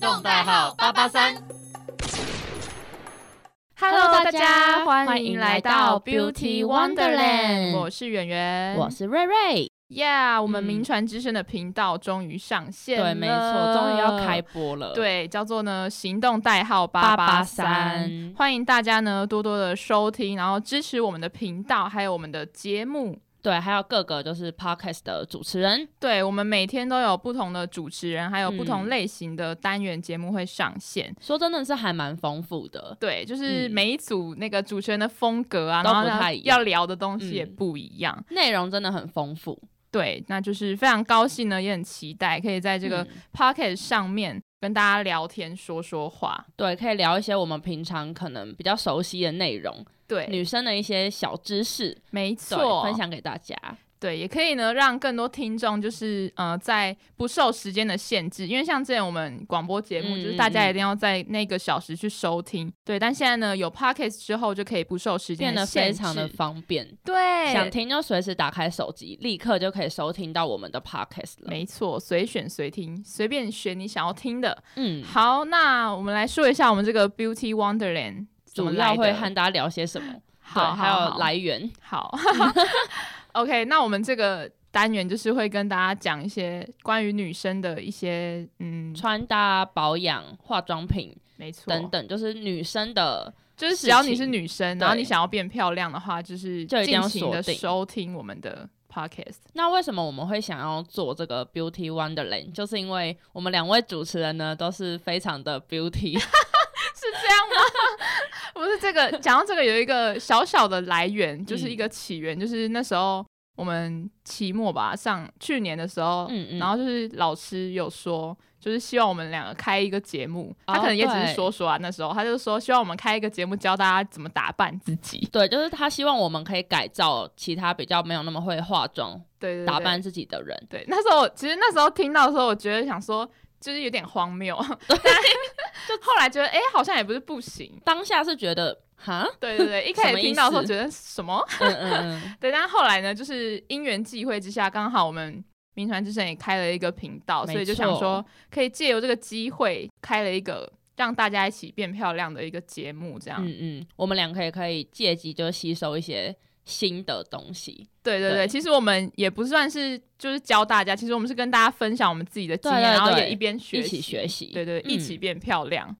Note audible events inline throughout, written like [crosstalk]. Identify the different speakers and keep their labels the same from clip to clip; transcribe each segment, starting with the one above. Speaker 1: 动代号八八三。
Speaker 2: Hello，大家
Speaker 3: 欢
Speaker 2: 欢
Speaker 3: 迎
Speaker 2: 迎
Speaker 3: 来
Speaker 2: 来
Speaker 3: 到
Speaker 2: 到
Speaker 3: Beauty
Speaker 2: Beauty
Speaker 3: Wonderland
Speaker 2: Wonderland，我是圆圆，
Speaker 3: 我是瑞瑞，
Speaker 2: Yeah，我们
Speaker 3: 嗯
Speaker 2: 名传之声的频道终于上线
Speaker 3: 对，
Speaker 2: 了，
Speaker 3: 没错，终于要开播了。，
Speaker 2: 对，叫做呢行动代号八八
Speaker 3: 883
Speaker 2: 三，欢迎大家呢多多的收听，然后支持我们的频道，还有我们的节目。
Speaker 3: 对，还有各个就是 podcast 的主持人，
Speaker 2: 对，我们每天都有不同的主持人，还有不
Speaker 3: 嗯
Speaker 2: 同类型的单元节目会上线。
Speaker 3: 说真的是还蛮丰富的。
Speaker 2: 对，就是
Speaker 3: 嗯
Speaker 2: 每一组那个主持人的风格啊，
Speaker 3: 都
Speaker 2: 然后
Speaker 3: 不太
Speaker 2: 要
Speaker 3: 一样
Speaker 2: 要聊的东西也
Speaker 3: 嗯
Speaker 2: 不一样。
Speaker 3: 内容真的很丰富，
Speaker 2: 对，那就是非常高兴呢，也很期待可以在这个
Speaker 3: 嗯
Speaker 2: Pocket 上面跟大家聊天说说话。
Speaker 3: 对，可以聊一些我们平常可能比较熟悉的内容，
Speaker 2: 对，
Speaker 3: 女生的一些小知识，
Speaker 2: 没
Speaker 3: 对，
Speaker 2: 错，
Speaker 3: 分享给大家。
Speaker 2: 对，也可以呢，让更多听众就是呃，在不受时间的限制，因为像之前我们广播节目，
Speaker 3: 嗯
Speaker 2: 就是大家
Speaker 3: 嗯
Speaker 2: 一定要在那个小时去收听，对。但现在呢，有 Pocket 之后，就可以不受时间
Speaker 3: 变得
Speaker 2: 限
Speaker 3: 非常的
Speaker 2: 制
Speaker 3: 方便，想
Speaker 2: 对，
Speaker 3: 听就随时打开手机，立刻就可以收听到我们的 podcast 了。
Speaker 2: 没错，随选随听，随便选你想要听的。
Speaker 3: 嗯，
Speaker 2: 好，那我们来说一下我们这个 Beauty Wonderland 怎么
Speaker 3: 主要
Speaker 2: 来
Speaker 3: 会
Speaker 2: 的
Speaker 3: 和大家聊些什么？
Speaker 2: 好，
Speaker 3: 对还
Speaker 2: 好
Speaker 3: 有
Speaker 2: 好
Speaker 3: 来源。
Speaker 2: 好 [laughs] ，OK，那我们这个单元就是会跟大家讲一些关于女生的一些嗯，
Speaker 3: 穿搭、保养、化妆品
Speaker 2: 没错，
Speaker 3: 等等，就是女生的
Speaker 2: 就是
Speaker 3: 事
Speaker 2: 只要你是
Speaker 3: 情
Speaker 2: 女生，然后
Speaker 3: 对
Speaker 2: 你想要变漂亮的话，就是
Speaker 3: 就一定
Speaker 2: 尽
Speaker 3: 要
Speaker 2: 情
Speaker 3: 锁
Speaker 2: 的
Speaker 3: 定
Speaker 2: 收听我
Speaker 3: [laughs]
Speaker 2: 们的 podcast。
Speaker 3: 那为什么我们会想要做这个 Beauty Wonderland？就是因为我们两位主持人呢都是非常的 Beauty，
Speaker 2: 是这样吗？ [laughs] 不是这个，讲到这个有一个小小的来源，就是
Speaker 3: 嗯
Speaker 2: 一个起源，就是那时候我们期末吧，上去年的时候，
Speaker 3: [laughs] 嗯嗯
Speaker 2: 然后就是老师有说，就是希望我们两个开一个节目，
Speaker 3: 哦
Speaker 2: 他可能也只是
Speaker 3: 对
Speaker 2: 说说啊，那时候他就说希望我们开一个节目教大家怎么打扮自
Speaker 3: [laughs]
Speaker 2: 己，
Speaker 3: 对，就是他希望我们可以改造其他比较没有那么会化妆、
Speaker 2: 对对对
Speaker 3: 打扮自己的人。
Speaker 2: 对，那时候我其实那时候听到的时候，我觉得想说。就是有点荒谬， [laughs] 对，就后来觉得哎、好像也不是不行，
Speaker 3: 当下是觉得哈，
Speaker 2: 对对对，一开
Speaker 3: 什
Speaker 2: 始
Speaker 3: 么意
Speaker 2: 听到的时候
Speaker 3: 思
Speaker 2: 觉得什么，
Speaker 3: [laughs] 嗯嗯嗯，
Speaker 2: 对，但后来呢，就是因缘际会之下，刚好我们民传之声也开了一个频道，
Speaker 3: 没
Speaker 2: 所以就想
Speaker 3: 错
Speaker 2: 说可以借由这个机会开了一个让大家一起变漂亮的一个节目，这样。
Speaker 3: [laughs] 嗯嗯，我们两个也可以借机就吸收一些新的东西。
Speaker 2: 对对对，
Speaker 3: 对
Speaker 2: 其实我们也不算是就是教大家，其实我们是跟大家分享我们自己的经验，
Speaker 3: 对对
Speaker 2: 然后
Speaker 3: 对
Speaker 2: 也一边学
Speaker 3: 一起学习
Speaker 2: 对对，一起
Speaker 3: 嗯
Speaker 2: 变漂亮。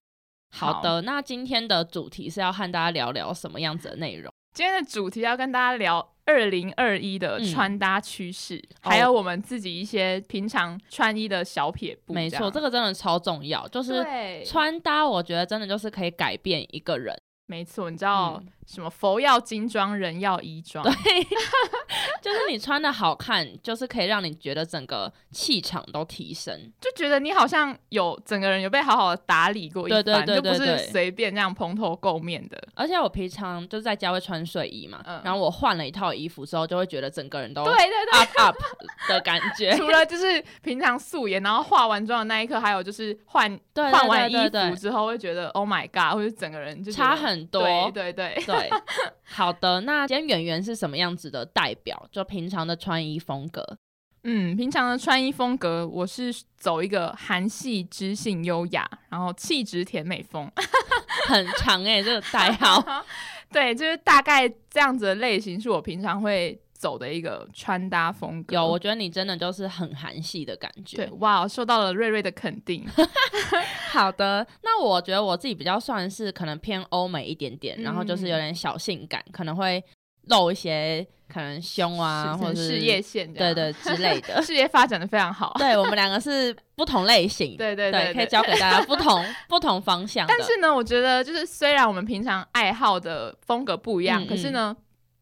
Speaker 3: 好的，那今天的主题是要和大家聊聊什么样子的内容？
Speaker 2: 今天的主题要跟大家聊二零二一的
Speaker 3: 嗯
Speaker 2: 穿搭趋势，
Speaker 3: 哦
Speaker 2: 还有我们自己一些平常穿衣的小撇步样。
Speaker 3: 没错，这个真的超重要，就是
Speaker 2: 对
Speaker 3: 穿搭，我觉得真的就是可以改变一个人。
Speaker 2: 没错，你知道、
Speaker 3: 嗯
Speaker 2: 什么佛要金装，人要衣装，
Speaker 3: 就是你穿的好看，就是可以让你觉得整个气场都提升。
Speaker 2: 就觉得你好像有整个人有被好好的打理过一番，
Speaker 3: 对对对对
Speaker 2: 就不
Speaker 3: 对
Speaker 2: 是随便这样蓬头垢面的，
Speaker 3: 而且我平常就是在家会穿睡衣嘛，
Speaker 2: 嗯
Speaker 3: 然后我换了一套衣服之后，就会觉得整个人都
Speaker 2: 对对对。
Speaker 3: up up 的感
Speaker 2: [laughs]
Speaker 3: 觉。
Speaker 2: 除了就是平常素颜，然后化完妆的那一刻，还有就是换
Speaker 3: 对对
Speaker 2: 换完
Speaker 3: 对
Speaker 2: 衣
Speaker 3: 对
Speaker 2: 服之后，会觉得 Oh my God，或者整个人就觉得
Speaker 3: 差很多。
Speaker 2: 对对对，
Speaker 3: 对，好的，那今天演员是什么样子的代表？就平常的穿衣风格，
Speaker 2: 嗯，平常的穿衣风格，我是走一个韩系知性优雅，然后气质甜美风。
Speaker 3: 很长哎、这个代号。
Speaker 2: [laughs] 对，就是大概这样子的类型是我平常会走的一个穿搭风格。
Speaker 3: 有，我觉得你真的就是很韩系的感觉。
Speaker 2: 对，哇，受到了瑞瑞的肯
Speaker 3: [laughs]
Speaker 2: 定。
Speaker 3: 好的，那我觉得我自己比较算是可能偏欧美一点点，
Speaker 2: 嗯
Speaker 3: 然后就是有点小性感，可能会露一些可能胸啊，
Speaker 2: 是
Speaker 3: 或者是
Speaker 2: 事业线这
Speaker 3: 对
Speaker 2: 样，
Speaker 3: 对之类
Speaker 2: [laughs]
Speaker 3: 的。
Speaker 2: 事业发展的非常
Speaker 3: [laughs]
Speaker 2: 好。
Speaker 3: 对我们两个是不同类型，
Speaker 2: 对对对
Speaker 3: 可以
Speaker 2: 对
Speaker 3: 教给大家不
Speaker 2: [laughs]
Speaker 3: 同不同方向的。
Speaker 2: 但是呢，我觉得就是虽然我们平常爱好的风格不一样，
Speaker 3: 嗯
Speaker 2: 可是呢，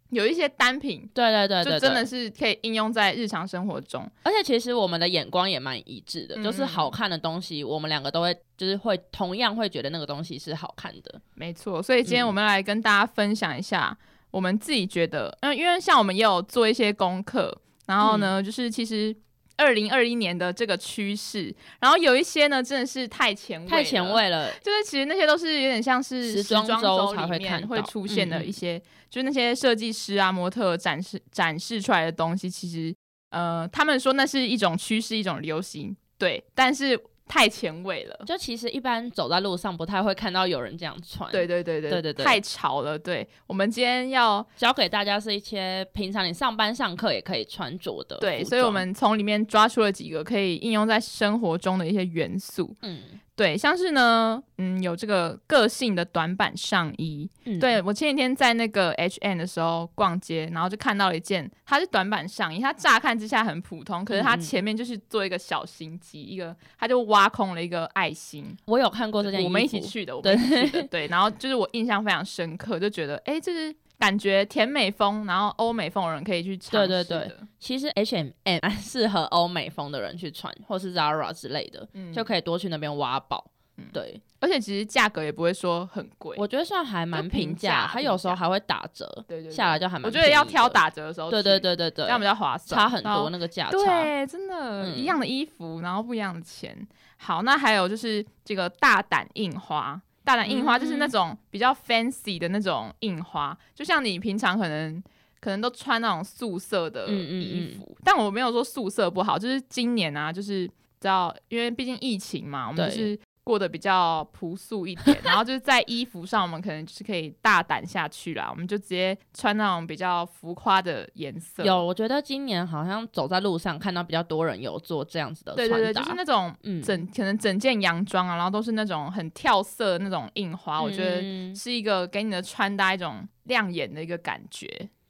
Speaker 2: 有一些单品
Speaker 3: 对对对对
Speaker 2: 就
Speaker 3: 对，
Speaker 2: 真的是可以应用在日常生活中。
Speaker 3: 而且其实我们的眼光也蛮一致的，
Speaker 2: 嗯
Speaker 3: 就是好看的东西，我们两个都会就是会同样会觉得那个东西是好看的。
Speaker 2: 没错，所以
Speaker 3: 嗯
Speaker 2: 今天我们来跟大家分享一下我们自己觉得，嗯，因为像我们也有做一些功课，然后
Speaker 3: 嗯
Speaker 2: 呢，就是其实二零二一年的这个趋势，然后有一些呢真的是太前卫，
Speaker 3: 太前。卫了，
Speaker 2: 就是其实那些都是有点像是
Speaker 3: 时
Speaker 2: 时
Speaker 3: 装
Speaker 2: 装
Speaker 3: 周
Speaker 2: 周
Speaker 3: 才会
Speaker 2: 里
Speaker 3: 看到
Speaker 2: 面会出现
Speaker 3: 嗯
Speaker 2: 的
Speaker 3: 嗯
Speaker 2: 一些，就是那些设计师啊、模特展示展示出来的东西，其实呃，他们说那是一种趋势，一种流行，对。但是太前卫了。
Speaker 3: 就其实一般走在路上不太会看到有人这样穿。
Speaker 2: 对，对对对
Speaker 3: 对对对
Speaker 2: 太潮了。对我们今天要
Speaker 3: 教给大家是一些平常你上班上课也可以穿着的。
Speaker 2: 对，所以我们从里面抓出了几个可以应用在生活中的一些元素。
Speaker 3: 嗯
Speaker 2: 对，像是呢，嗯，有这个个性的短版上衣。
Speaker 3: 嗯
Speaker 2: 对我前几天在那个 H N 的时候逛街，然后就看到了一件，它是短版上衣，它乍看之下很普通，可是它
Speaker 3: 嗯嗯
Speaker 2: 前面就是做一个小心机，一个它就挖空了一个爱心。
Speaker 3: 我有看过这件衣服，
Speaker 2: 我们一起去的，我
Speaker 3: 对
Speaker 2: 们一起去的，对。然后就是我印象非常深刻，就觉得哎，诶这是感觉甜美风，然后欧美风的人可以去尝
Speaker 3: 对
Speaker 2: 试的。
Speaker 3: 对其实 H M M 蛮适合欧美风的人去穿，或是 Zara 之类的，
Speaker 2: 嗯
Speaker 3: 就可以多去那边挖宝。
Speaker 2: 嗯
Speaker 3: 对，
Speaker 2: 而且其实价格也不会说很贵，
Speaker 3: 我觉得算还蛮
Speaker 2: 就平
Speaker 3: 平
Speaker 2: 价
Speaker 3: 价，它有时候
Speaker 2: 平价
Speaker 3: 还会打折，
Speaker 2: 对对对
Speaker 3: 下来就还蛮。
Speaker 2: 我觉得要挑，打折的时候去，
Speaker 3: 对对对对
Speaker 2: 这
Speaker 3: 对，
Speaker 2: 样比较划算，
Speaker 3: 差很
Speaker 2: 然后
Speaker 3: 多那个价差。
Speaker 2: 对，真的，
Speaker 3: 嗯
Speaker 2: 一样的衣服，然后不一样的钱。好，那还有就是这个大胆印花，大胆印花就是那
Speaker 3: 嗯
Speaker 2: 种比较 fancy 的那种印花，就像你平常可能可能都穿那种素色的
Speaker 3: 嗯嗯
Speaker 2: 衣
Speaker 3: 嗯
Speaker 2: 服，但我没有说素色不好，就是今年啊，就是知道，因为毕竟疫情嘛，我们
Speaker 3: 对
Speaker 2: 就是。过得比较朴素一点，然后就是在衣服上，我们可能就是可以大胆下去啦，我们就直接穿那种比较浮夸的颜色。
Speaker 3: 有，我觉得今年好像走在路上看到比较多人有做这样子的
Speaker 2: 对
Speaker 3: 穿搭，
Speaker 2: 对对，就是那种
Speaker 3: 嗯
Speaker 2: 整、可能整件洋装啊，然后都是那种很跳色的那种印花，我觉得
Speaker 3: 嗯
Speaker 2: 是一个给你的穿搭一种亮眼的一个感觉。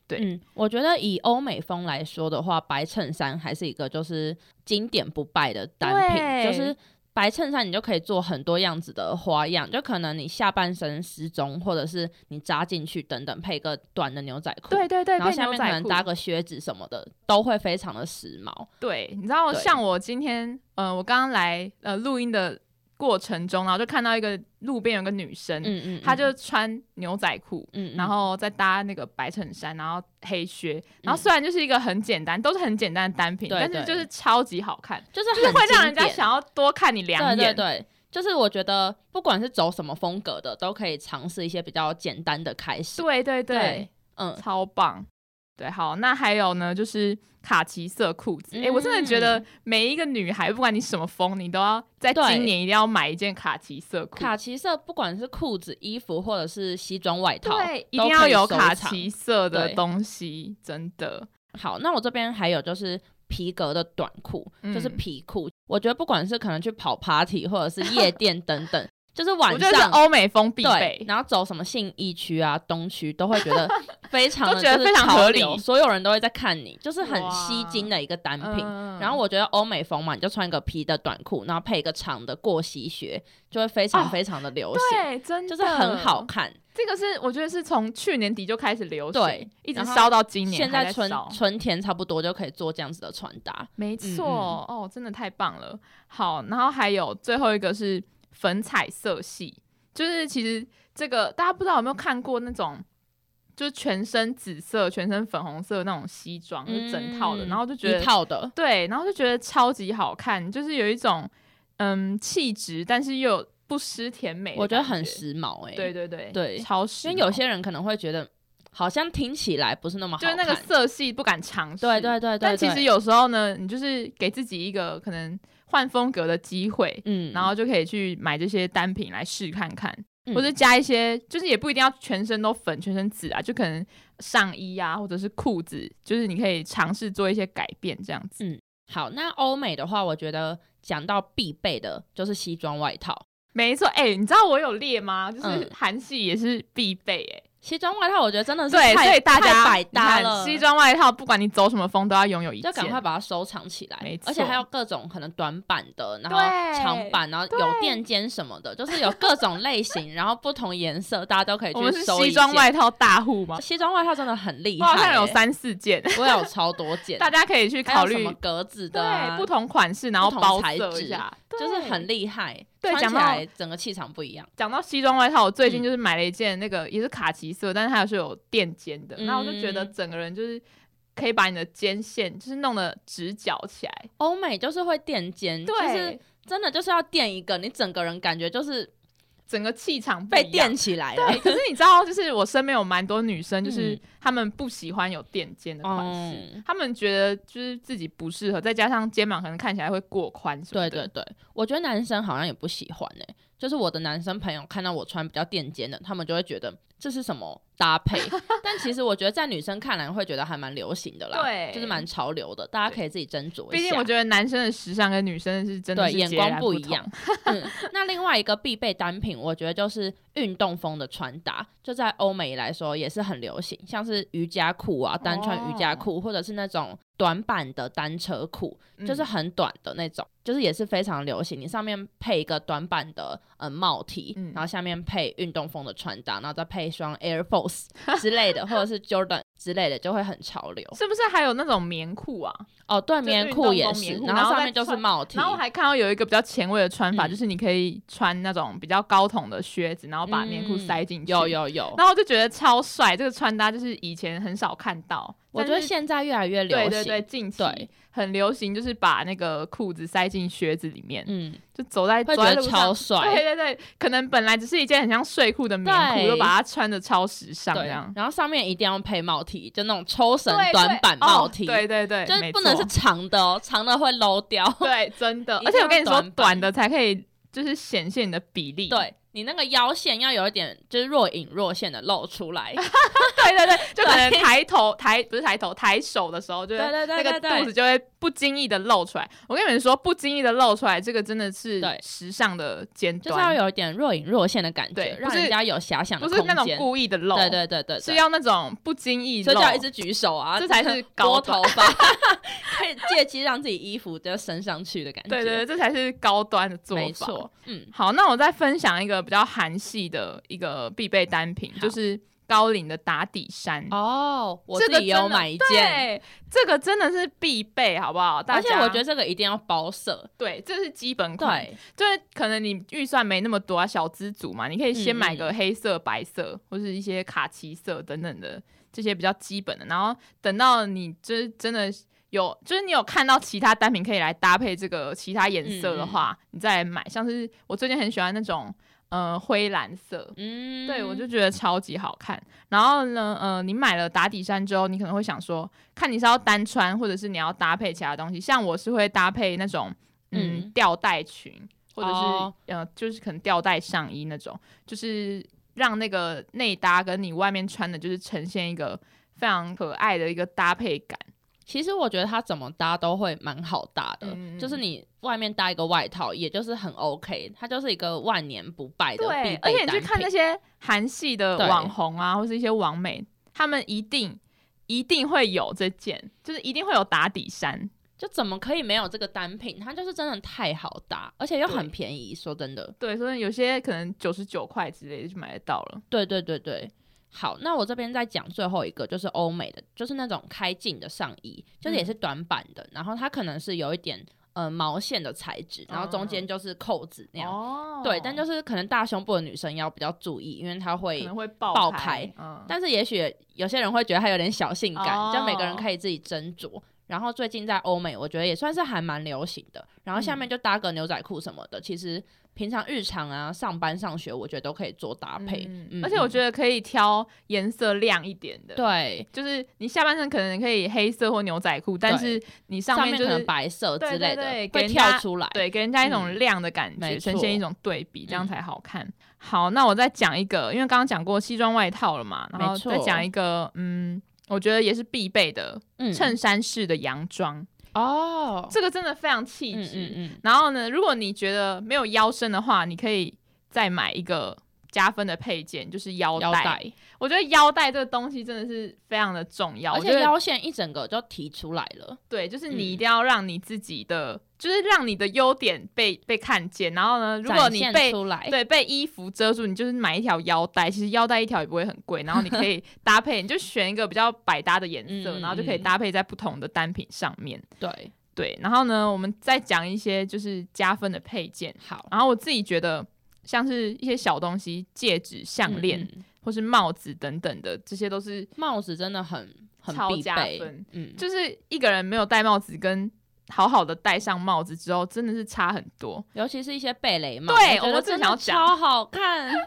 Speaker 2: 对
Speaker 3: 嗯，我觉得以欧美风来说的话，白衬衫还是一个就是经典不败的单品，
Speaker 2: 对
Speaker 3: 就是。白衬衫你就可以做很多样子的花样，就可能你下半身失踪，或者是你扎进去等等，配个短的牛仔裤，
Speaker 2: 对对对，
Speaker 3: 然后
Speaker 2: 配
Speaker 3: 下
Speaker 2: 牛
Speaker 3: 面可
Speaker 2: 仔
Speaker 3: 能
Speaker 2: 裤
Speaker 3: 搭个靴子什么的，都会非常的时髦。
Speaker 2: 对，你知道
Speaker 3: 对
Speaker 2: 像我今天，呃，我刚刚来呃录音的过程中，然后就看到一个路边有个女生，
Speaker 3: 嗯嗯，
Speaker 2: 她就
Speaker 3: 嗯
Speaker 2: 穿牛仔裤。
Speaker 3: 嗯，
Speaker 2: 然后再搭那个白衬衫，然后黑靴，然后虽然就是一个很简单，都是很简单的单
Speaker 3: 嗯
Speaker 2: 品，
Speaker 3: 对
Speaker 2: 但是
Speaker 3: 对
Speaker 2: 就是超级好看。
Speaker 3: 就是
Speaker 2: 就是
Speaker 3: 很
Speaker 2: 会让
Speaker 3: 经
Speaker 2: 人家
Speaker 3: 典
Speaker 2: 想要多看你两眼。
Speaker 3: 对对对，就是我觉得不管是走什么风格的，都可以尝试一些比较简单的开始。
Speaker 2: 对对对
Speaker 3: 对嗯，
Speaker 2: 超棒。对，好，那还有呢，就是卡其色裤子。哎、我真的觉得每一个女孩，不管你什么风，你都要在
Speaker 3: 嗯对
Speaker 2: 今年一定要买一件卡其色裤。
Speaker 3: 卡其色，不管是裤子、衣服或者是西装外套，
Speaker 2: 对，一
Speaker 3: 都
Speaker 2: 定
Speaker 3: 可
Speaker 2: 要
Speaker 3: 以
Speaker 2: 有
Speaker 3: 收
Speaker 2: 卡
Speaker 3: 藏
Speaker 2: 其色的
Speaker 3: 对
Speaker 2: 东西，真的。
Speaker 3: 好，那我这边还有就是皮革的短裤，
Speaker 2: 嗯
Speaker 3: 就是皮裤。我觉得不管是可能去跑 party 或者是夜
Speaker 2: [laughs]
Speaker 3: 店等等，就是晚
Speaker 2: 我觉得是
Speaker 3: 上。
Speaker 2: 欧美风必
Speaker 3: 对
Speaker 2: 备，。
Speaker 3: 然后走什么信义区啊、东区，都会觉
Speaker 2: [laughs]
Speaker 3: 得非常
Speaker 2: 都
Speaker 3: 的
Speaker 2: 觉得
Speaker 3: 就是
Speaker 2: 非常合
Speaker 3: 潮流
Speaker 2: 理
Speaker 3: 所有人都会在看你，就是很
Speaker 2: 哇
Speaker 3: 吸睛的一个单品。
Speaker 2: 嗯
Speaker 3: 然后我觉得欧美风嘛，你就穿一个皮的短裤，然后配一个长的过膝靴，就会非常
Speaker 2: 哦
Speaker 3: 非常的流行，
Speaker 2: 对，真
Speaker 3: 就
Speaker 2: 的
Speaker 3: 是很好。看。
Speaker 2: 这个是我觉得是从去年底就开始流行，
Speaker 3: 对，
Speaker 2: 一直
Speaker 3: 然后
Speaker 2: 烧到今年，
Speaker 3: 现
Speaker 2: 还
Speaker 3: 在
Speaker 2: 在
Speaker 3: 春
Speaker 2: 烧
Speaker 3: 春天差不多就可以做这样子的穿搭，
Speaker 2: 没错，哦，真的太棒了。好，然后还有最后一个是粉彩色系，就是其实这个大家不知道有没有看过那种，就是全身紫色、全身粉红色那种西装，就是整套的，
Speaker 3: 嗯
Speaker 2: 然后就觉
Speaker 3: 一
Speaker 2: 得
Speaker 3: 套的，
Speaker 2: 对，然后就觉得超级好看，就是有一种嗯气质，但是又有不失甜美的感，
Speaker 3: 我觉得很时髦哎、
Speaker 2: 对对对
Speaker 3: 对
Speaker 2: 超时髦，
Speaker 3: 因为有些人可能会觉得好像听起来不是那么好
Speaker 2: 就是
Speaker 3: 看，
Speaker 2: 那个色系不敢尝试，
Speaker 3: 对对对对
Speaker 2: 但其实
Speaker 3: 对
Speaker 2: 有时候呢，你就是给自己一个可能换风格的机会，
Speaker 3: 嗯，
Speaker 2: 然后就可以去买这些单品来试看看，
Speaker 3: 嗯
Speaker 2: 或者加一些，就是也不一定要全身都粉、全身紫啊，就可能上衣啊，或者是裤子，就是你可以尝试做一些改变这样
Speaker 3: 嗯
Speaker 2: 子。
Speaker 3: 好，那欧美的话，我觉得讲到必备的就是西装外套。
Speaker 2: 没错，哎、你知道我有列吗？就是
Speaker 3: 嗯
Speaker 2: 韩系也是必备、哎、
Speaker 3: 西装外套，我觉得真的是
Speaker 2: 对，
Speaker 3: 太
Speaker 2: 所以大
Speaker 3: 太
Speaker 2: 家
Speaker 3: 百搭
Speaker 2: 你看
Speaker 3: 了，
Speaker 2: 西装外套，不管你走什么风，都要拥有一
Speaker 3: 就
Speaker 2: 件。
Speaker 3: 赶快把它收藏起来
Speaker 2: 没错，
Speaker 3: 而且还有各种可能短版的，然后
Speaker 2: 对
Speaker 3: 长版，然后有垫肩什么的，就是有各种类型，然后不同颜色，大家都可以
Speaker 2: 我们
Speaker 3: 去
Speaker 2: 是
Speaker 3: 收
Speaker 2: 西
Speaker 3: 一
Speaker 2: 装
Speaker 3: 件
Speaker 2: 外套大户
Speaker 3: [laughs]
Speaker 2: 吗？
Speaker 3: 西装外套真的很厉
Speaker 2: 我
Speaker 3: 害、
Speaker 2: 好像有
Speaker 3: 欸，
Speaker 2: 三
Speaker 3: [laughs]
Speaker 2: 四件，
Speaker 3: 我有超多件，
Speaker 2: [laughs] 大家可以去
Speaker 3: 还
Speaker 2: 考
Speaker 3: 有什
Speaker 2: 虑
Speaker 3: 么格子的、啊，
Speaker 2: 对不同款式，然后
Speaker 3: 不同
Speaker 2: 包
Speaker 3: 材
Speaker 2: 色一
Speaker 3: 质
Speaker 2: 下，
Speaker 3: 就是
Speaker 2: 对
Speaker 3: 很厉害，
Speaker 2: 对
Speaker 3: 穿
Speaker 2: 讲
Speaker 3: 起
Speaker 2: 到
Speaker 3: 来整个气场不一样。
Speaker 2: 讲到西装外套，我最
Speaker 3: 嗯
Speaker 2: 近就是买了一件那个也是卡其色，但是它是有垫肩的，
Speaker 3: 嗯
Speaker 2: 那、我就觉得整个人就是可以把你的肩线就是弄得直角起来，
Speaker 3: 欧美就是会垫肩，就
Speaker 2: 对，
Speaker 3: 是真的就是要垫一个，你整个人感觉就是
Speaker 2: 整个气场不
Speaker 3: 被
Speaker 2: 一样
Speaker 3: 垫起来了 [laughs]
Speaker 2: 对，。可是你知道，就是我身边有蛮多女生，就是
Speaker 3: 嗯
Speaker 2: 她们不喜欢有垫肩的款式，
Speaker 3: 嗯
Speaker 2: 她们觉得就是自己不适合，再加上肩膀可能看起来会过宽什么
Speaker 3: 对
Speaker 2: 的。
Speaker 3: 对对，我觉得男生好像也不喜欢哎、就是我的男生朋友看到我穿比较垫肩的，他们就会觉得这是什么搭配，
Speaker 2: [laughs]
Speaker 3: 但其实我觉得在女生看来会觉得还蛮流行的啦，
Speaker 2: 对
Speaker 3: 就是蛮潮流的，大家可以自己斟酌一下。
Speaker 2: 毕竟我觉得男生的时尚跟女生是真的
Speaker 3: 对
Speaker 2: 是
Speaker 3: 眼
Speaker 2: 截
Speaker 3: 光
Speaker 2: 然
Speaker 3: 不
Speaker 2: 不
Speaker 3: 一
Speaker 2: 同 [laughs]
Speaker 3: 样。。嗯，那另外一个必备单品，我觉得就是运动风的穿搭，就在欧美来说也是很流行，像是瑜伽裤啊，单穿瑜
Speaker 2: 哦
Speaker 3: 伽裤，或者是那种短版的单车裤，就是
Speaker 2: 嗯
Speaker 3: 很短的那种，就是也是非常流行。你上面配一个短版的呃帽 T，、
Speaker 2: 嗯
Speaker 3: 然后下面配运动风的穿搭，然后再配一双 Air Force [laughs] 之类的，或者是 Jordan 之类的，就会很潮流。
Speaker 2: 是不是还有那种棉裤啊？
Speaker 3: 哦，对，
Speaker 2: 就
Speaker 3: 棉
Speaker 2: 运
Speaker 3: 裤
Speaker 2: 动
Speaker 3: 也
Speaker 2: 风
Speaker 3: 是，
Speaker 2: 棉裤
Speaker 3: 然
Speaker 2: 然
Speaker 3: 后
Speaker 2: 后
Speaker 3: 上
Speaker 2: 再
Speaker 3: 面就是
Speaker 2: 穿
Speaker 3: 帽 T，
Speaker 2: 然后我还看到有一个比较前卫的穿法，
Speaker 3: 嗯
Speaker 2: 就是你可以穿那种比较高筒的靴子，然后把棉裤塞进去。
Speaker 3: 嗯有。有有，
Speaker 2: 然后我就觉得超帅，这个穿搭就是以前很少看到。
Speaker 3: 我觉
Speaker 2: 但
Speaker 3: 得
Speaker 2: 是
Speaker 3: 现在越来越流行。
Speaker 2: 对对对，近期
Speaker 3: 对
Speaker 2: 很流行，就是把那个裤子塞进靴子里面，
Speaker 3: 嗯，
Speaker 2: 就走在
Speaker 3: 会
Speaker 2: 走
Speaker 3: 觉
Speaker 2: 在
Speaker 3: 得
Speaker 2: 路
Speaker 3: 超
Speaker 2: 上。对
Speaker 3: 帅。
Speaker 2: 对对，可能本来只是一件很像睡裤的棉
Speaker 3: 对
Speaker 2: 裤，都把它穿的超时尚这
Speaker 3: 对
Speaker 2: 样，。
Speaker 3: 然后上面一定要配帽 T，就那种抽绳
Speaker 2: 对
Speaker 3: 短版帽 T，
Speaker 2: 对哦对对对，
Speaker 3: 就是
Speaker 2: 没
Speaker 3: 不能是
Speaker 2: 错
Speaker 3: 长的哦，长的会 low 掉。 [laughs]
Speaker 2: 对，真的
Speaker 3: 一。定
Speaker 2: 而且
Speaker 3: 要
Speaker 2: 我跟你说
Speaker 3: 短版，
Speaker 2: 短的才可以，就是显现你的比例。
Speaker 3: 对你那个腰线要有一点，就是若隐若现的露出来。
Speaker 2: 对对对，就可能
Speaker 3: 对
Speaker 2: 抬头抬不是抬头抬手的时候，就
Speaker 3: 对
Speaker 2: 是
Speaker 3: 对对
Speaker 2: 那
Speaker 3: 对
Speaker 2: 个肚
Speaker 3: 对
Speaker 2: 子，就会不经意的露出来。我跟你们说，不经意的露出来，这个真的是
Speaker 3: 对
Speaker 2: 时尚的尖
Speaker 3: 就是要
Speaker 2: 端，
Speaker 3: 有一点若隐若现的感觉
Speaker 2: 对，
Speaker 3: 让
Speaker 2: 不是
Speaker 3: 人家有遐想的
Speaker 2: 不
Speaker 3: 空
Speaker 2: 是
Speaker 3: 间。
Speaker 2: 那种故意的露，
Speaker 3: 对对对对，对
Speaker 2: 是要那种不经意
Speaker 3: 所以
Speaker 2: 露
Speaker 3: 就。要一直举手啊，
Speaker 2: 这才是
Speaker 3: [laughs] 拨
Speaker 2: 高
Speaker 3: 头
Speaker 2: 端
Speaker 3: 发，可以借机让自己衣服就升上去的感觉。
Speaker 2: 对对对，这才是高端的做
Speaker 3: 没
Speaker 2: 法。
Speaker 3: 错，嗯，
Speaker 2: 好，那我再分享一个比较韩系的一个必备单品，
Speaker 3: 好
Speaker 2: 就是高领的打底衫。
Speaker 3: 哦，我
Speaker 2: 这
Speaker 3: 自
Speaker 2: 个
Speaker 3: 己也有
Speaker 2: 真的
Speaker 3: 买一件，
Speaker 2: 对，这个真的是必备，好不好？大
Speaker 3: 而且
Speaker 2: 家
Speaker 3: 我觉得这个一定要包色，
Speaker 2: 对，这是基本款。
Speaker 3: 对，
Speaker 2: 就是可能你预算没那么多啊，小资族嘛，你可以先
Speaker 3: 嗯
Speaker 2: 买个黑色、白色，或是一些卡其色等等的这些比较基本的。然后等到你就是真的有，就是你有看到其他单品可以来搭配这个其他颜色
Speaker 3: 嗯
Speaker 2: 的话，你再来买。像是我最近很喜欢那种呃灰蓝色，
Speaker 3: 嗯，
Speaker 2: 对，我就觉得超级好看。然后呢，呃，你买了打底衫之后，你可能会想说，看你是要单穿，或者是你要搭配其他东西。像我是会搭配那种，
Speaker 3: 嗯
Speaker 2: 嗯，吊带裙，或者是、
Speaker 3: 哦
Speaker 2: 呃，就是可能吊带上衣那种，就是让那个内搭跟你外面穿的，就是呈现一个非常可爱的一个搭配感。
Speaker 3: 其实我觉得它怎么搭都会蛮好搭的，
Speaker 2: 嗯
Speaker 3: 就是你外面搭一个外套，也就是很 OK，它就是一个万年不败的必备
Speaker 2: 而且你
Speaker 3: 单
Speaker 2: 去看那
Speaker 3: 品
Speaker 2: 些韩系的
Speaker 3: 对
Speaker 2: 网红啊，或是一些网美，他们一定一定会有这件，就是一定会有打底衫。
Speaker 3: 就怎么可以没有这个单品？它就是真的太好搭，而且又
Speaker 2: 对
Speaker 3: 很便宜。说真的，
Speaker 2: 对，所以有些可能九十九块之类的就买得到了。
Speaker 3: 对对对对。好，那我这边再讲最后一个，就是欧美的，就是那种开襟的上衣，就是
Speaker 2: 嗯
Speaker 3: 也是短版的，然后它可能是有一点呃毛线的材质，然后中间就是扣子那样。
Speaker 2: 哦
Speaker 3: 对，但就是可能大胸部的女生要比较注意，因为它
Speaker 2: 可
Speaker 3: 会
Speaker 2: 能会爆
Speaker 3: 爆开
Speaker 2: 嗯，
Speaker 3: 但是也许有些人会觉得它有点小性感，
Speaker 2: 哦
Speaker 3: 就每个人可以自己斟酌。然后最近在欧美，我觉得也算是还蛮流行的。然后下
Speaker 2: 嗯
Speaker 3: 面就搭个牛仔裤什么的，其实平常日常啊、上班、上学，我觉得都可以做搭配。
Speaker 2: 嗯
Speaker 3: 嗯
Speaker 2: 而且我觉得可以挑颜色亮一点的。。
Speaker 3: 对，
Speaker 2: 就是你下半身可能可以黑色或牛仔裤，但是你上
Speaker 3: 上
Speaker 2: 面
Speaker 3: 面
Speaker 2: 就
Speaker 3: 可
Speaker 2: 是
Speaker 3: 能白色之类的
Speaker 2: 对对对
Speaker 3: 会
Speaker 2: 给人家
Speaker 3: 跳出来。
Speaker 2: 对，给人家一
Speaker 3: 嗯
Speaker 2: 种亮的感觉，
Speaker 3: 没
Speaker 2: 呈现一
Speaker 3: 错
Speaker 2: 种对比，
Speaker 3: 嗯
Speaker 2: 这样才好看。好，那我再讲一个，因为刚刚讲过西装外套了嘛，然
Speaker 3: 没
Speaker 2: 后再
Speaker 3: 错
Speaker 2: 讲一个，嗯，我觉得也是必备的
Speaker 3: 嗯
Speaker 2: 衬衫式的洋装，
Speaker 3: 哦，
Speaker 2: 这个真的非常气
Speaker 3: 嗯
Speaker 2: 质。
Speaker 3: 嗯嗯，
Speaker 2: 然后呢，如果你觉得没有腰身的话，你可以再买一个加分的配件，就是腰带。
Speaker 3: 腰带，
Speaker 2: 我觉得腰带这个东西真的是非常的重要，
Speaker 3: 而
Speaker 2: 我觉
Speaker 3: 且
Speaker 2: 得
Speaker 3: 腰线一整个就提出来了。
Speaker 2: 对，就是
Speaker 3: 嗯
Speaker 2: 你一定要让你自己的，就是让你的优点被被看见。然后呢，如果
Speaker 3: 展
Speaker 2: 你
Speaker 3: 现
Speaker 2: 被
Speaker 3: 出来，
Speaker 2: 对被衣服遮住，你就是买一条腰带，其实腰带一条也不会很贵，然后你可
Speaker 3: [laughs]
Speaker 2: 以搭配，你就选一个比较百搭的颜色，
Speaker 3: 嗯
Speaker 2: 然后就可以
Speaker 3: 嗯嗯
Speaker 2: 搭配在不同的单品上面。
Speaker 3: 对，
Speaker 2: 对，然后呢，我们再讲一些就是加分的配件。
Speaker 3: 好，
Speaker 2: 然后我自己觉得，像是一些小东西，戒指、项链、
Speaker 3: 嗯嗯
Speaker 2: 或是帽子等等的，这些都是
Speaker 3: 帽子真的很很
Speaker 2: 超
Speaker 3: 必
Speaker 2: 加
Speaker 3: 备
Speaker 2: 分，
Speaker 3: 嗯，
Speaker 2: 就是一个人没有戴帽子跟好好的戴上帽子之后，真的是差很多。
Speaker 3: 尤其是一些贝雷帽，
Speaker 2: 对
Speaker 3: 我觉
Speaker 2: 我
Speaker 3: 得真
Speaker 2: 正想要
Speaker 3: 的
Speaker 2: 讲
Speaker 3: 超好看。
Speaker 2: [laughs]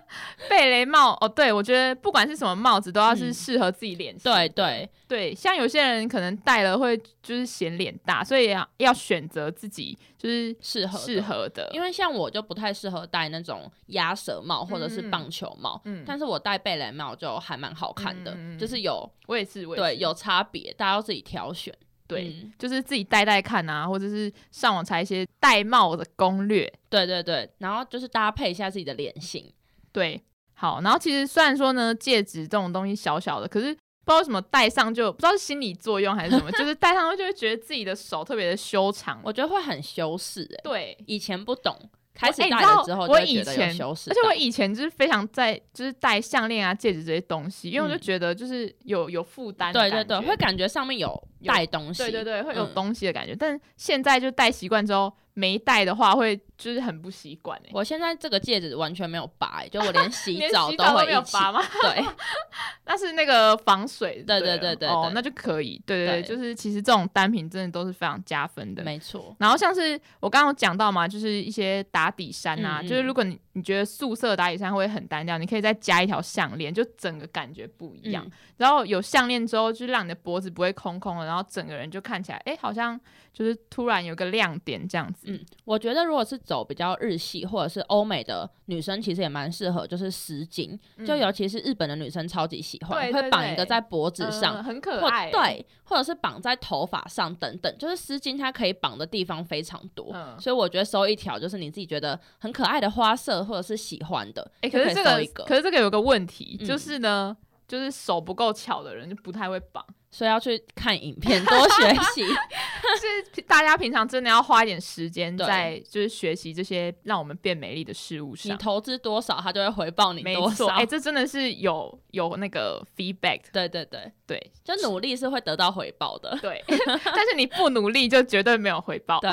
Speaker 2: 贝雷帽哦，对我觉得不管是什么帽子，都要是
Speaker 3: 嗯
Speaker 2: 适合自己脸型。
Speaker 3: 对对，
Speaker 2: 对，像有些人可能戴了会就是显脸大，所以要要选择自己就是
Speaker 3: 适合的
Speaker 2: 适。合的。
Speaker 3: 因
Speaker 2: 为
Speaker 3: 为像我就不太适合戴那种鸭舌帽或者是
Speaker 2: 嗯嗯
Speaker 3: 棒球帽，
Speaker 2: 嗯
Speaker 3: 但是我戴贝雷帽就还蛮好看的，
Speaker 2: 嗯嗯嗯
Speaker 3: 就是有
Speaker 2: 我也是，我也
Speaker 3: 对
Speaker 2: 是
Speaker 3: 有差别，大家要自己挑选。
Speaker 2: 对、
Speaker 3: 嗯
Speaker 2: 就是自己戴戴看啊，或者是上网查一些戴帽的攻略。
Speaker 3: 对对对，然后就是搭配一下自己的脸型。
Speaker 2: 对，好，然后其实虽然说呢，戒指这种东西小小的，可是不知道为什么戴上就不知道是心理作用还是什么，就是戴上就会觉得自己的手特别的修长。
Speaker 3: 我觉得会很修饰、欸，
Speaker 2: 对，
Speaker 3: 以前不懂，开始
Speaker 2: 哎你
Speaker 3: 戴
Speaker 2: 知道
Speaker 3: 了之后就
Speaker 2: 我
Speaker 3: 会
Speaker 2: 以
Speaker 3: 觉得有
Speaker 2: 前
Speaker 3: 修饰
Speaker 2: 而
Speaker 3: 到，
Speaker 2: 且我以前就是非常在就是戴项链啊、戒指这些东西，因为我就
Speaker 3: 嗯
Speaker 2: 觉得就是有有负担的
Speaker 3: 对
Speaker 2: 感觉，
Speaker 3: 对对，会感觉上面有
Speaker 2: 有
Speaker 3: 带东西，
Speaker 2: 对对对会有
Speaker 3: 嗯
Speaker 2: 东西的感觉。但现在就戴习惯之后，没戴的话会就是很不习惯哎。
Speaker 3: 我现在这个戒指完全没有拔、欸，就我
Speaker 2: [laughs]
Speaker 3: 连洗
Speaker 2: 连
Speaker 3: 澡
Speaker 2: 洗
Speaker 3: 都
Speaker 2: 澡
Speaker 3: 会
Speaker 2: 没有
Speaker 3: 一起。
Speaker 2: 拔吗？
Speaker 3: 对，
Speaker 2: [laughs] 那是那个防水就
Speaker 3: 对对
Speaker 2: 对
Speaker 3: 对
Speaker 2: 了
Speaker 3: 对
Speaker 2: 哦
Speaker 3: 对，
Speaker 2: 那就可以，对对对，
Speaker 3: 对
Speaker 2: 就是其实这种单品真的都是非常加分的。
Speaker 3: 没错，
Speaker 2: 然后像是我刚刚有讲到嘛，就是一些打底衫啊，
Speaker 3: 嗯嗯
Speaker 2: 就是如果你你觉得素色打底衫会很单调，你可以再加一条项链，就整个感觉不一样。
Speaker 3: 嗯
Speaker 2: 然后有项链之后，就让你的脖子不会空空的，然后整个人就看起来，哎，好像就是突然有个亮点这样子。
Speaker 3: 嗯，我觉得如果是走比较日系或者是欧美的女生，其实也蛮适合，就是丝巾，
Speaker 2: 嗯
Speaker 3: 就尤其是日本的女生超级喜欢，
Speaker 2: 对对
Speaker 3: 会绑一
Speaker 2: 对
Speaker 3: 个在脖子
Speaker 2: 嗯
Speaker 3: 上。
Speaker 2: 很可
Speaker 3: 或
Speaker 2: 爱，，
Speaker 3: 对，或者是绑在头发上等等，就是丝巾它可以绑的地方非常多，
Speaker 2: 嗯
Speaker 3: 所以我觉得收一条就是你自己觉得很可爱的花色或者是喜欢的，
Speaker 2: 哎、
Speaker 3: 就
Speaker 2: 可是
Speaker 3: 以
Speaker 2: 这
Speaker 3: 收
Speaker 2: 个
Speaker 3: 一个
Speaker 2: 可是这个有个问题，
Speaker 3: 嗯
Speaker 2: 就是呢，就是手不够巧的人就不太会绑。 [laughs]
Speaker 3: 所以要去看影片多学习。
Speaker 2: 就是大家平常真的要花一点时间
Speaker 3: 对
Speaker 2: 在就是学习这些让我们变美丽的事物
Speaker 3: 你
Speaker 2: 上。
Speaker 3: 投资多少，它就会回报你
Speaker 2: 没
Speaker 3: 多
Speaker 2: 错，
Speaker 3: 少。
Speaker 2: 哎、这真的是有有那个 feedback，的
Speaker 3: 对对对，
Speaker 2: 对
Speaker 3: 就努力是会得到回报
Speaker 2: [laughs]
Speaker 3: 的。
Speaker 2: 对，但是你不努力就绝对没有回报， [laughs]
Speaker 3: 对，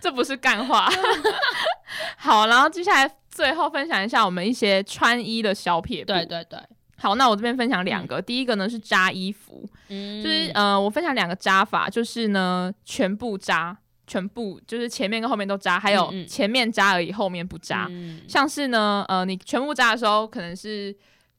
Speaker 2: 这不是干话。 [laughs] 好，然后接下来最后分享一下我们一些穿衣的小撇步。
Speaker 3: 对嗯对
Speaker 2: [laughs]
Speaker 3: 对，
Speaker 2: 好，那我这边分享两个，第一个呢是扎衣服，
Speaker 3: 嗯
Speaker 2: 就是呃，我分享两个扎法，就是呢全部扎，全部就是前面跟后面都扎，还有
Speaker 3: 嗯嗯
Speaker 2: 前面扎而已，后面不扎。
Speaker 3: 嗯
Speaker 2: 像是呢，呃，你全部扎的时候，可能是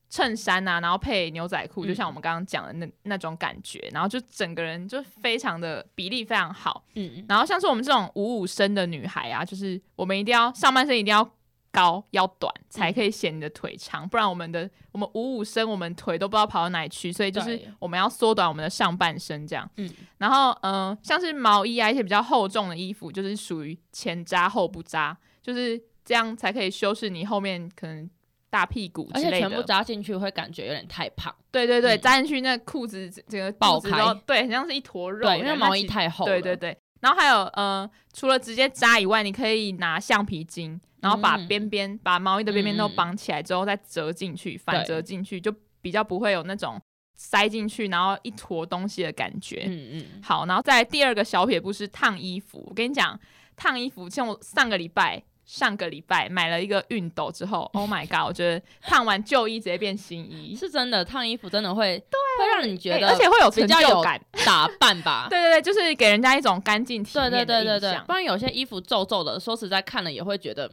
Speaker 2: 衬衫啊，然后配牛仔裤，
Speaker 3: 嗯
Speaker 2: 就像我们刚刚讲的那那种感觉，然后就整个人就非常的比例非常好。
Speaker 3: 嗯，
Speaker 2: 然后像是我们这种五五身的女孩啊，就是我们一定要上半身一定要高要短，才可以显你的腿长，不然我们的我们五五身，我们腿都不知道跑到哪里去，所以就是
Speaker 3: 对
Speaker 2: 我们要缩短我们的上半身这样。
Speaker 3: 嗯，
Speaker 2: 然后嗯、呃像是毛衣啊一些比较厚重的衣服，就是属于前扎后不扎，就是这样才可以修饰你后面可能。大屁股
Speaker 3: 而
Speaker 2: 之
Speaker 3: 且
Speaker 2: 类
Speaker 3: 全部
Speaker 2: 的，
Speaker 3: 扎进去会感觉有点太胖，
Speaker 2: 对对对，
Speaker 3: 嗯
Speaker 2: 扎进去那裤子整个
Speaker 3: 爆
Speaker 2: 肚子都
Speaker 3: 开
Speaker 2: 对，很像是一坨肉这
Speaker 3: 对，
Speaker 2: 样，
Speaker 3: 因为
Speaker 2: 那
Speaker 3: 毛
Speaker 2: 其
Speaker 3: 衣太厚
Speaker 2: 对对
Speaker 3: 了，
Speaker 2: 对，然后还有呃，除了直接扎以外，你可以拿橡皮筋，然后把
Speaker 3: 嗯
Speaker 2: 边边、把毛衣的边边都
Speaker 3: 嗯嗯
Speaker 2: 绑起来之后，再折进去，反
Speaker 3: 对
Speaker 2: 折进去，就比较不会有那种塞进去然后一坨东西的感觉。
Speaker 3: 嗯嗯，
Speaker 2: 好，然后再来第二个小撇步是烫衣服。我跟你讲，烫衣服，像我上个礼拜。上个礼拜买了一个熨斗之 [laughs] 后，Oh my god！我觉得烫完旧衣直接变新 [laughs] 衣，
Speaker 3: 嗯是真的，烫衣服真的会会让你觉
Speaker 2: 欸
Speaker 3: 得
Speaker 2: 而且会有成
Speaker 3: 比较
Speaker 2: 就
Speaker 3: 有
Speaker 2: 感。啊
Speaker 3: 打扮 [laughs] 吧。
Speaker 2: 对对对，就是给人家一种干净体
Speaker 3: 对
Speaker 2: 面的
Speaker 3: 对
Speaker 2: 印
Speaker 3: 对对对
Speaker 2: 象，
Speaker 3: 不然有些衣服皱皱的，说实在看了也会觉得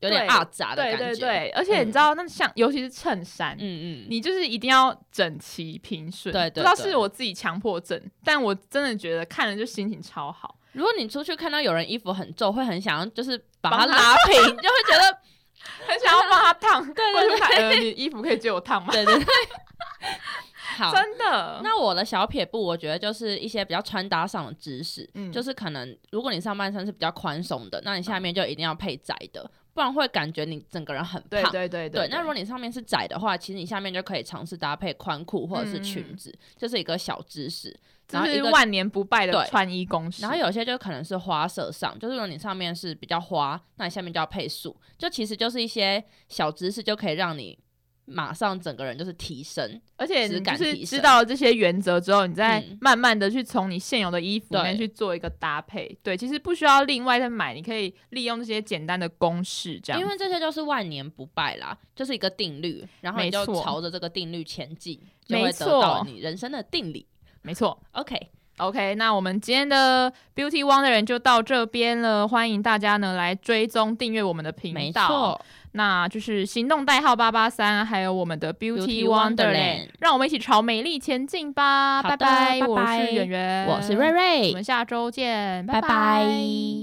Speaker 3: 有点
Speaker 2: 对
Speaker 3: 阿杂的
Speaker 2: 对
Speaker 3: 感觉。嗯
Speaker 2: 对对，而且你知道，那像、尤其是衬衫，
Speaker 3: 嗯嗯，
Speaker 2: 你就是一定要整齐平顺。
Speaker 3: 对对
Speaker 2: 不知道
Speaker 3: 对
Speaker 2: 是我自己强迫症，但我真的觉得看了就心情超好。
Speaker 3: 如果你出去看到有人衣服很皱，会很想要就是把
Speaker 2: 帮
Speaker 3: 它
Speaker 2: 他
Speaker 3: 拉平，你就会觉得
Speaker 2: 很想要帮他烫，
Speaker 3: 对
Speaker 2: 或者
Speaker 3: 对
Speaker 2: 是他呃，你衣服可以借我烫
Speaker 3: [laughs]
Speaker 2: 吗？
Speaker 3: 对对对。 [laughs] 嗯好，
Speaker 2: [laughs] 真的，
Speaker 3: 那我的小撇步，我觉得就是一些比较穿搭上的知识，
Speaker 2: 嗯
Speaker 3: 就是可能如果你上半身是比较宽松的，那你下面就一定要配窄的，不然会感觉你整个人很胖。
Speaker 2: 对对对
Speaker 3: 对那如果你上面是窄的话，其实你下面就可以尝试搭配宽裤或者是
Speaker 2: 嗯嗯
Speaker 3: 裙
Speaker 2: 嗯
Speaker 3: 子，这、是一个小知识。
Speaker 2: 这
Speaker 3: 然后一
Speaker 2: 是
Speaker 3: 个
Speaker 2: 万年不败的
Speaker 3: 对
Speaker 2: 穿衣公式。
Speaker 3: 然后有些就可能是花色上，就是如果你上面是比较花，那你下面就要配素，就其实就是一些小知识，就可以让你马上整个人就是提升。
Speaker 2: 而且你
Speaker 3: 质
Speaker 2: 就
Speaker 3: 感
Speaker 2: 是
Speaker 3: 提
Speaker 2: 知
Speaker 3: 升
Speaker 2: 道了这些原则之后，你再
Speaker 3: 嗯
Speaker 2: 慢慢的去从你现有的衣服里面
Speaker 3: 对
Speaker 2: 去做一个搭配。对，其实不需要另外再买，你可以利用这些简单的公式这样。
Speaker 3: 因为这些就是万年不败啦，就是一个定律，然后
Speaker 2: 没
Speaker 3: 你就
Speaker 2: 错
Speaker 3: 朝着这个定律前进，就
Speaker 2: 没
Speaker 3: 会得
Speaker 2: 错
Speaker 3: 到你人生的定理。
Speaker 2: 没错，
Speaker 3: OK，
Speaker 2: OK，那我们今天的 Beauty Wonder 人就到这边了，欢迎大家呢来追踪订阅我们的
Speaker 3: 没
Speaker 2: 频道，
Speaker 3: 错，
Speaker 2: 那就是行动代号八八三，还有我们的
Speaker 3: Beauty
Speaker 2: Beauty Wonderland，
Speaker 3: Wonderland
Speaker 2: 让我们一起朝美丽前进吧，
Speaker 3: 好
Speaker 2: 拜
Speaker 3: 的拜
Speaker 2: 我
Speaker 3: 拜
Speaker 2: 是圆圆，
Speaker 3: 呃我是瑞
Speaker 2: 我
Speaker 3: 瑞
Speaker 2: 们，下周见，
Speaker 3: 拜
Speaker 2: 拜
Speaker 3: 拜